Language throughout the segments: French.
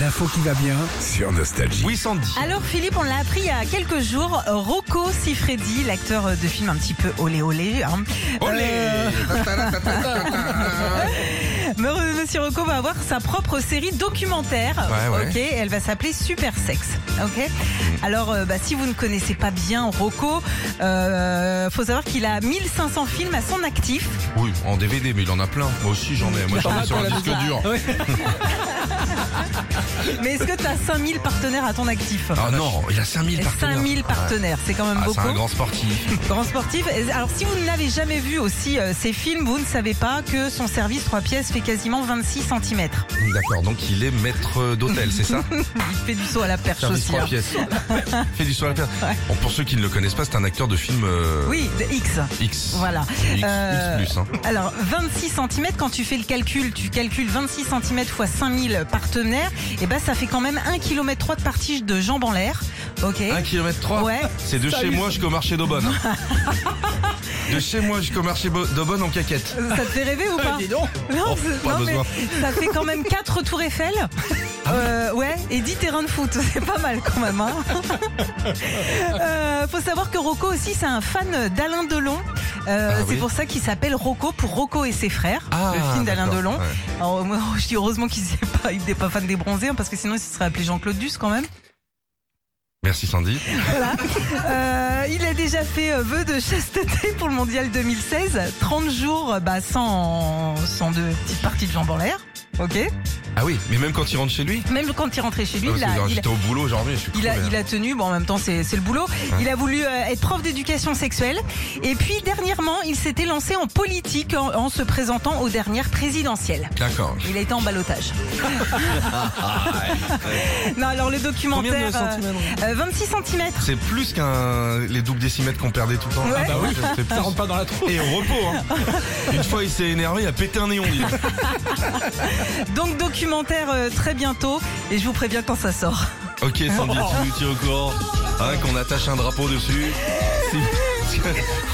L'info qui va bien sur Nostalgie. Oui, Sandy. Alors Philippe, on l'a appris il y a quelques jours, Rocco Siffredi, l'acteur de film un petit peu olé olé, hein, Olé me- Monsieur Rocco va avoir sa propre série documentaire. Ouais, ouais. Mm. Ok, elle va s'appeler Super Sexe. Ok. Alors, euh, bah, si vous ne connaissez pas bien Rocco, euh, faut savoir qu'il a 1500 films à son actif. Oui, en DVD, mais il en a plein. Moi aussi, j'en ai. Moi, j'en Ah, ai sur un disque dur. Mais est-ce que tu as 5000 partenaires à ton actif Ah non, il a 5000 partenaires. 5000 partenaires, c'est quand même Ah, c'est beaucoup. un grand sportif. Grand sportif. Et Alors, si vous ne l'avez jamais vu aussi, euh, ces films, vous ne savez pas que son service 3 pièces fait quasiment 26 cm. D'accord, donc il est maître d'hôtel, c'est ça Il fait du saut à la perche Service aussi. 3 hein. pièces. Fait du soir à la terre. Ouais. Bon, pour ceux qui ne le connaissent pas, c'est un acteur de film euh, Oui, de X. X. Voilà. X, Euh, X plus, hein. Alors, 26 cm, quand tu fais le calcul, tu calcules 26 cm fois 5000 partenaires, et ben ça fait quand même 1 km 3 de partie de jambes en l'air. Ok. 1 km 3 Ouais. C'est de chez moi jusqu'au marché d'Aubonne. de chez moi jusqu'au marché Bo- d'Aubonne en caquette. Ça te fait rêver ou pas Non, Oh, c'est- pas non, besoin. Ah mais ça fait quand même 4 tours Eiffel. Euh, ouais, et 10 terrains de foot, c'est pas mal quand même. Hein Euh, faut savoir que Rocco aussi, c'est un fan d'Alain Delon. Euh, Ah c'est oui. pour ça qu'il s'appelle Rocco pour Rocco et ses frères, Ah, le film d'Alain d'accord, Delon. ouais. Alors, moi, je dis heureusement qu'il n'est pas, il n'est pas fan des bronzés, hein, parce que sinon il se serait appelé Jean-Claude Duss quand même. Merci Sandy. Voilà. Euh, il a déjà fait euh, vœu de chasteté pour le mondial 2016. 30 jours euh, bah, sans, sans de petites parties de jambes en l'air. Ok. Ah oui, mais même quand il rentre chez lui Même quand il est rentré chez lui, Ah, il parce que, a, genre, il, a- J'étais au boulot aujourd'hui, je suis il a- crevé, il hein. a tenu. Bon, en même temps, c'est c'est le boulot. Il a voulu euh, être prof d'éducation sexuelle. Et puis, dernièrement, il s'était lancé en politique en, en se présentant aux dernières présidentielles. D'accord. Il a été en balotage. non, alors le documentaire. euh, euh, 26 cm. C'est plus qu'un les doubles décimètres qu'on perdait tout le temps. Ouais. Ah bah oui, ça rentre pas dans la troupe. Et au repos. hein. Une fois, il s'est énervé, il a pété un néon. dis donc. Donc documentaire euh, très bientôt et je vous préviens quand ça sort. Ok, Sandy, tu nous tiens au courant. Hein, qu'on attache un drapeau dessus. Si- si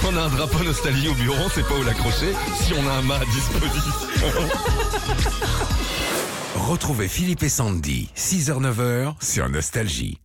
on a un drapeau nostalgie au bureau, on sait pas où l'accrocher. Si on a un mât à disposition. Retrouvez Philippe et Sandy, 6h-9h sur Nostalgie.